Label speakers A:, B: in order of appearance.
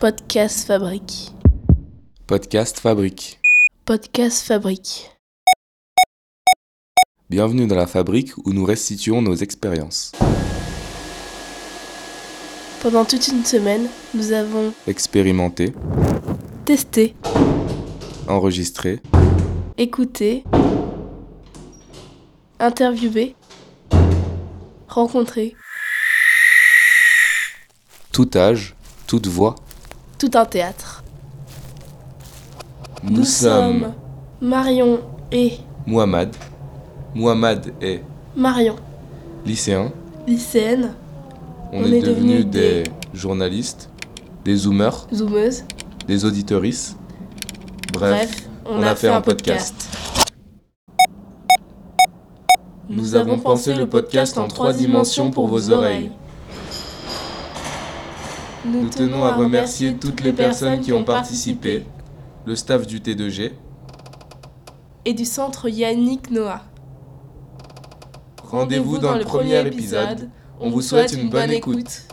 A: Podcast Fabrique.
B: Podcast Fabrique.
A: Podcast Fabrique.
B: Bienvenue dans la fabrique où nous restituons nos expériences.
A: Pendant toute une semaine, nous avons
B: Expérimenté,
A: testé,
B: enregistré,
A: écouté, interviewé, rencontré,
B: tout âge, toute voix.
A: tout un théâtre. Marion et
B: Mohamed. Mohamed est
A: Marion,
B: lycéen.
A: lycéenne,
B: On,
A: On
B: est,
A: est devenus
B: devenus des journalistes, des zoomers,
A: zoomeuse.
B: des auditorices.
A: Bref,
B: Bref, on, a, fait, un podcast. Nous avons pensé le podcast en trois dimensions pour vos oreilles. Nous tenons à remercier toutes les personnes qui ont participé, le staff du T2G,
A: Et du centre Yannick Noah.
B: Rendez-vous dans le premier épisode. On vous souhaite une bonne écoute.